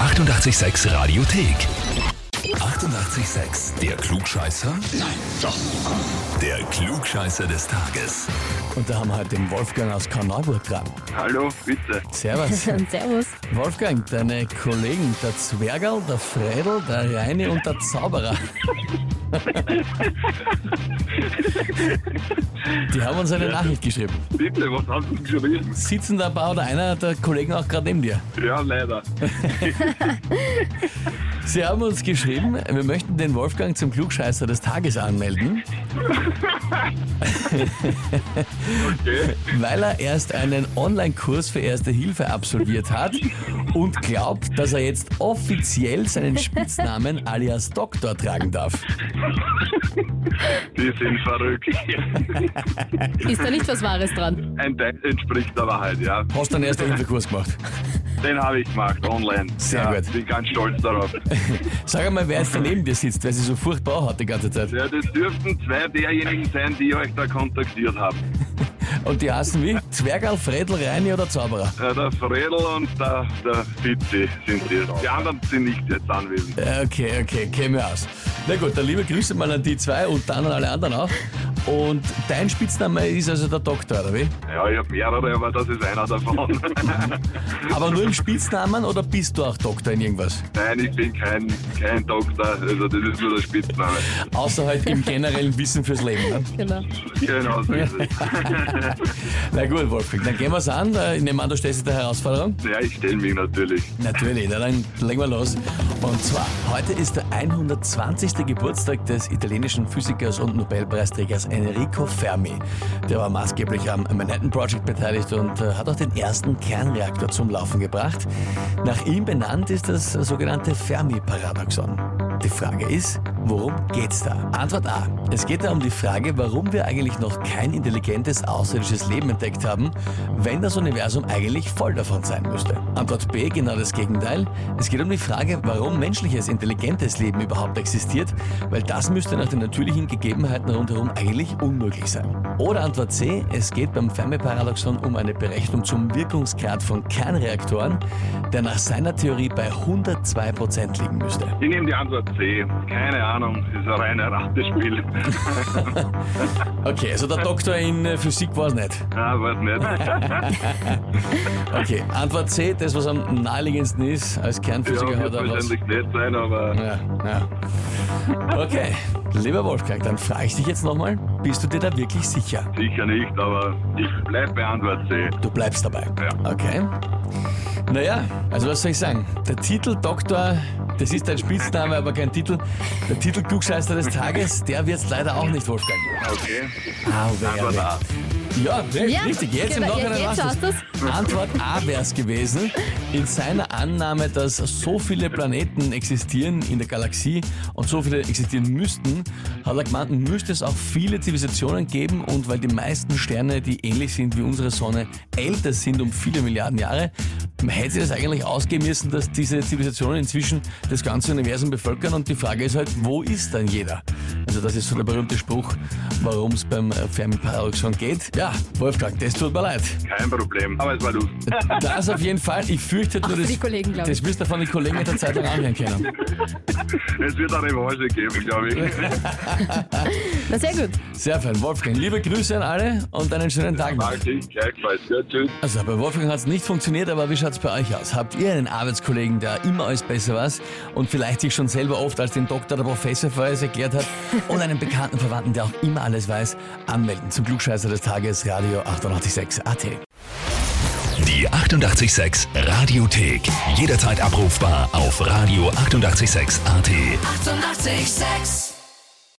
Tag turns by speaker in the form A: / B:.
A: 886 Radiothek. 88,6. Der Klugscheißer? Nein, doch. Der Klugscheißer des Tages.
B: Und da haben wir halt den Wolfgang aus Karneuburg dran.
C: Hallo, bitte.
B: Servus.
D: Servus.
B: Wolfgang, deine Kollegen, der Zwergerl, der Fredel, der Reine und der Zauberer. Die haben uns eine Nachricht geschrieben.
C: Bitte, was haben Sie geschrieben?
B: Sitzen da ein paar oder einer der Kollegen auch gerade neben dir?
C: Ja, leider.
B: Sie haben uns geschrieben, wir möchten den Wolfgang zum Klugscheißer des Tages anmelden,
C: Okay.
B: weil er erst einen Online-Kurs für Erste Hilfe absolviert hat und glaubt, dass er jetzt offiziell seinen Spitznamen alias Doktor tragen darf.
C: Die sind verrückt.
D: Ist da nicht was Wahres dran?
C: Ein Teil entspricht der Wahrheit, ja.
B: Hast du einen Erste Hilfe Kurs gemacht?
C: Den habe ich gemacht, online.
B: Sehr
C: ja,
B: gut.
C: Bin ganz stolz darauf.
B: Sag einmal, wer jetzt daneben dir sitzt, weil sie so furchtbar hat die ganze Zeit.
C: Ja, das dürften zwei derjenigen sein, die euch da kontaktiert haben.
B: Und die heißen wie? Zwergerl, Fredel, Reini oder Zauberer?
C: Äh, Der Fredel und der, der Fitzi sind hier. Die anderen sind nicht jetzt anwesend.
B: Okay, okay, käme aus. Na gut, dann liebe Grüße mal an die zwei und dann an alle anderen auch. Und dein Spitzname ist also der Doktor, oder wie?
C: Ja, ich habe mehrere, aber das ist einer davon.
B: Aber nur im Spitznamen oder bist du auch Doktor in irgendwas?
C: Nein, ich bin kein, kein Doktor, also das ist nur der Spitzname.
B: Außer halt im generellen Wissen fürs Leben. Ne?
D: Genau.
C: Genau so ist es.
B: Na gut, Wolfgang, dann gehen wir's an. Äh, Ich nehme an, du stellst dich der Herausforderung.
C: Ja, ich stelle mich natürlich.
B: Natürlich, na dann legen wir los. Und zwar, heute ist der 120. Geburtstag des italienischen Physikers und Nobelpreisträgers Enrico Fermi. Der war maßgeblich am Manhattan Project beteiligt und äh, hat auch den ersten Kernreaktor zum Laufen gebracht. Nach ihm benannt ist das sogenannte Fermi-Paradoxon. Die Frage ist, worum geht's da? Antwort A. Es geht da um die Frage, warum wir eigentlich noch kein intelligentes außerirdisches Leben entdeckt haben, wenn das Universum eigentlich voll davon sein müsste. Antwort B, genau das Gegenteil. Es geht um die Frage, warum menschliches, intelligentes Leben überhaupt existiert, weil das müsste nach den natürlichen Gegebenheiten rundherum eigentlich unmöglich sein. Oder Antwort C, es geht beim Fermi-Paradoxon um eine Berechnung zum Wirkungsgrad von Kernreaktoren, der nach seiner Theorie bei 102% liegen müsste.
C: Ich nehme die Antwort C. Keine Ahnung, ist ein reines Ratespiel.
B: Okay, also der Doktor in äh, Physik war es nicht.
C: ah, weiß nicht.
B: Okay, Antwort C, das was am naheliegendsten ist, als Kernphysiker
C: Ja,
B: hat
C: wird
B: er was.
C: wahrscheinlich nicht sein, aber
B: Ja, ja. Okay, lieber Wolfgang, dann frage ich dich jetzt nochmal, bist du dir da wirklich sicher?
C: sicher nicht, aber ich bleib bei Antwort C.
B: Du bleibst dabei.
C: Ja.
B: Okay. Naja, also was soll ich sagen? Der Titel Doktor, das ist dein Spitzname, aber kein Titel. Der Titel Klugscheißer des Tages, der wird's leider auch nicht, Wolfgang.
C: Okay.
B: Au, weh, au,
C: Antwort
B: weh.
C: A.
B: Ja, ri-
D: Ja,
B: richtig. Jetzt
D: genau,
B: im Nachhinein
D: jetzt
B: hast
D: hast
B: du's. Antwort A wäre es gewesen. In seiner Annahme, dass so viele Planeten existieren in der Galaxie und so viele existieren müssten, hat er gemeint, müsste es auch viele Zivilisationen geben und weil die meisten Sterne, die ähnlich sind wie unsere Sonne, älter sind um viele Milliarden Jahre, hätte sich das eigentlich ausgehen müssen, dass diese Zivilisationen inzwischen das ganze Universum bevölkern und die Frage ist halt, wo ist dann jeder? Also das ist so der berühmte Spruch, warum es beim äh, Fermi-Paradoxon geht. Ja, Wolfgang, das tut mir leid.
C: Kein Problem. Aber es war lustig.
B: Das auf jeden Fall. Ich fürchte nur,
D: für
B: das,
D: die Kollegen, glaub ich.
B: das wirst du von den Kollegen in der Zeitung anhören können.
C: Es wird eine Revanche geben, glaube ich.
D: Na sehr gut.
B: Sehr fein, Wolfgang. Liebe Grüße an alle und einen schönen Tag noch.
C: Danke, gleichfalls. Ja, tschüss.
B: Also bei Wolfgang hat es nicht funktioniert, aber wie schaut's bei euch aus? Habt ihr einen Arbeitskollegen, der immer alles besser weiß und vielleicht sich schon selber oft als den Doktor oder Professor für alles erklärt hat oder einen bekannten Verwandten, der auch immer alles weiß? Anmelden zum Klugscheißer des Tages, Radio 886 AT.
A: Die 88,6 Radiothek. Jederzeit abrufbar auf radio886.at. 88,6.
E: Eighty-eight, sex.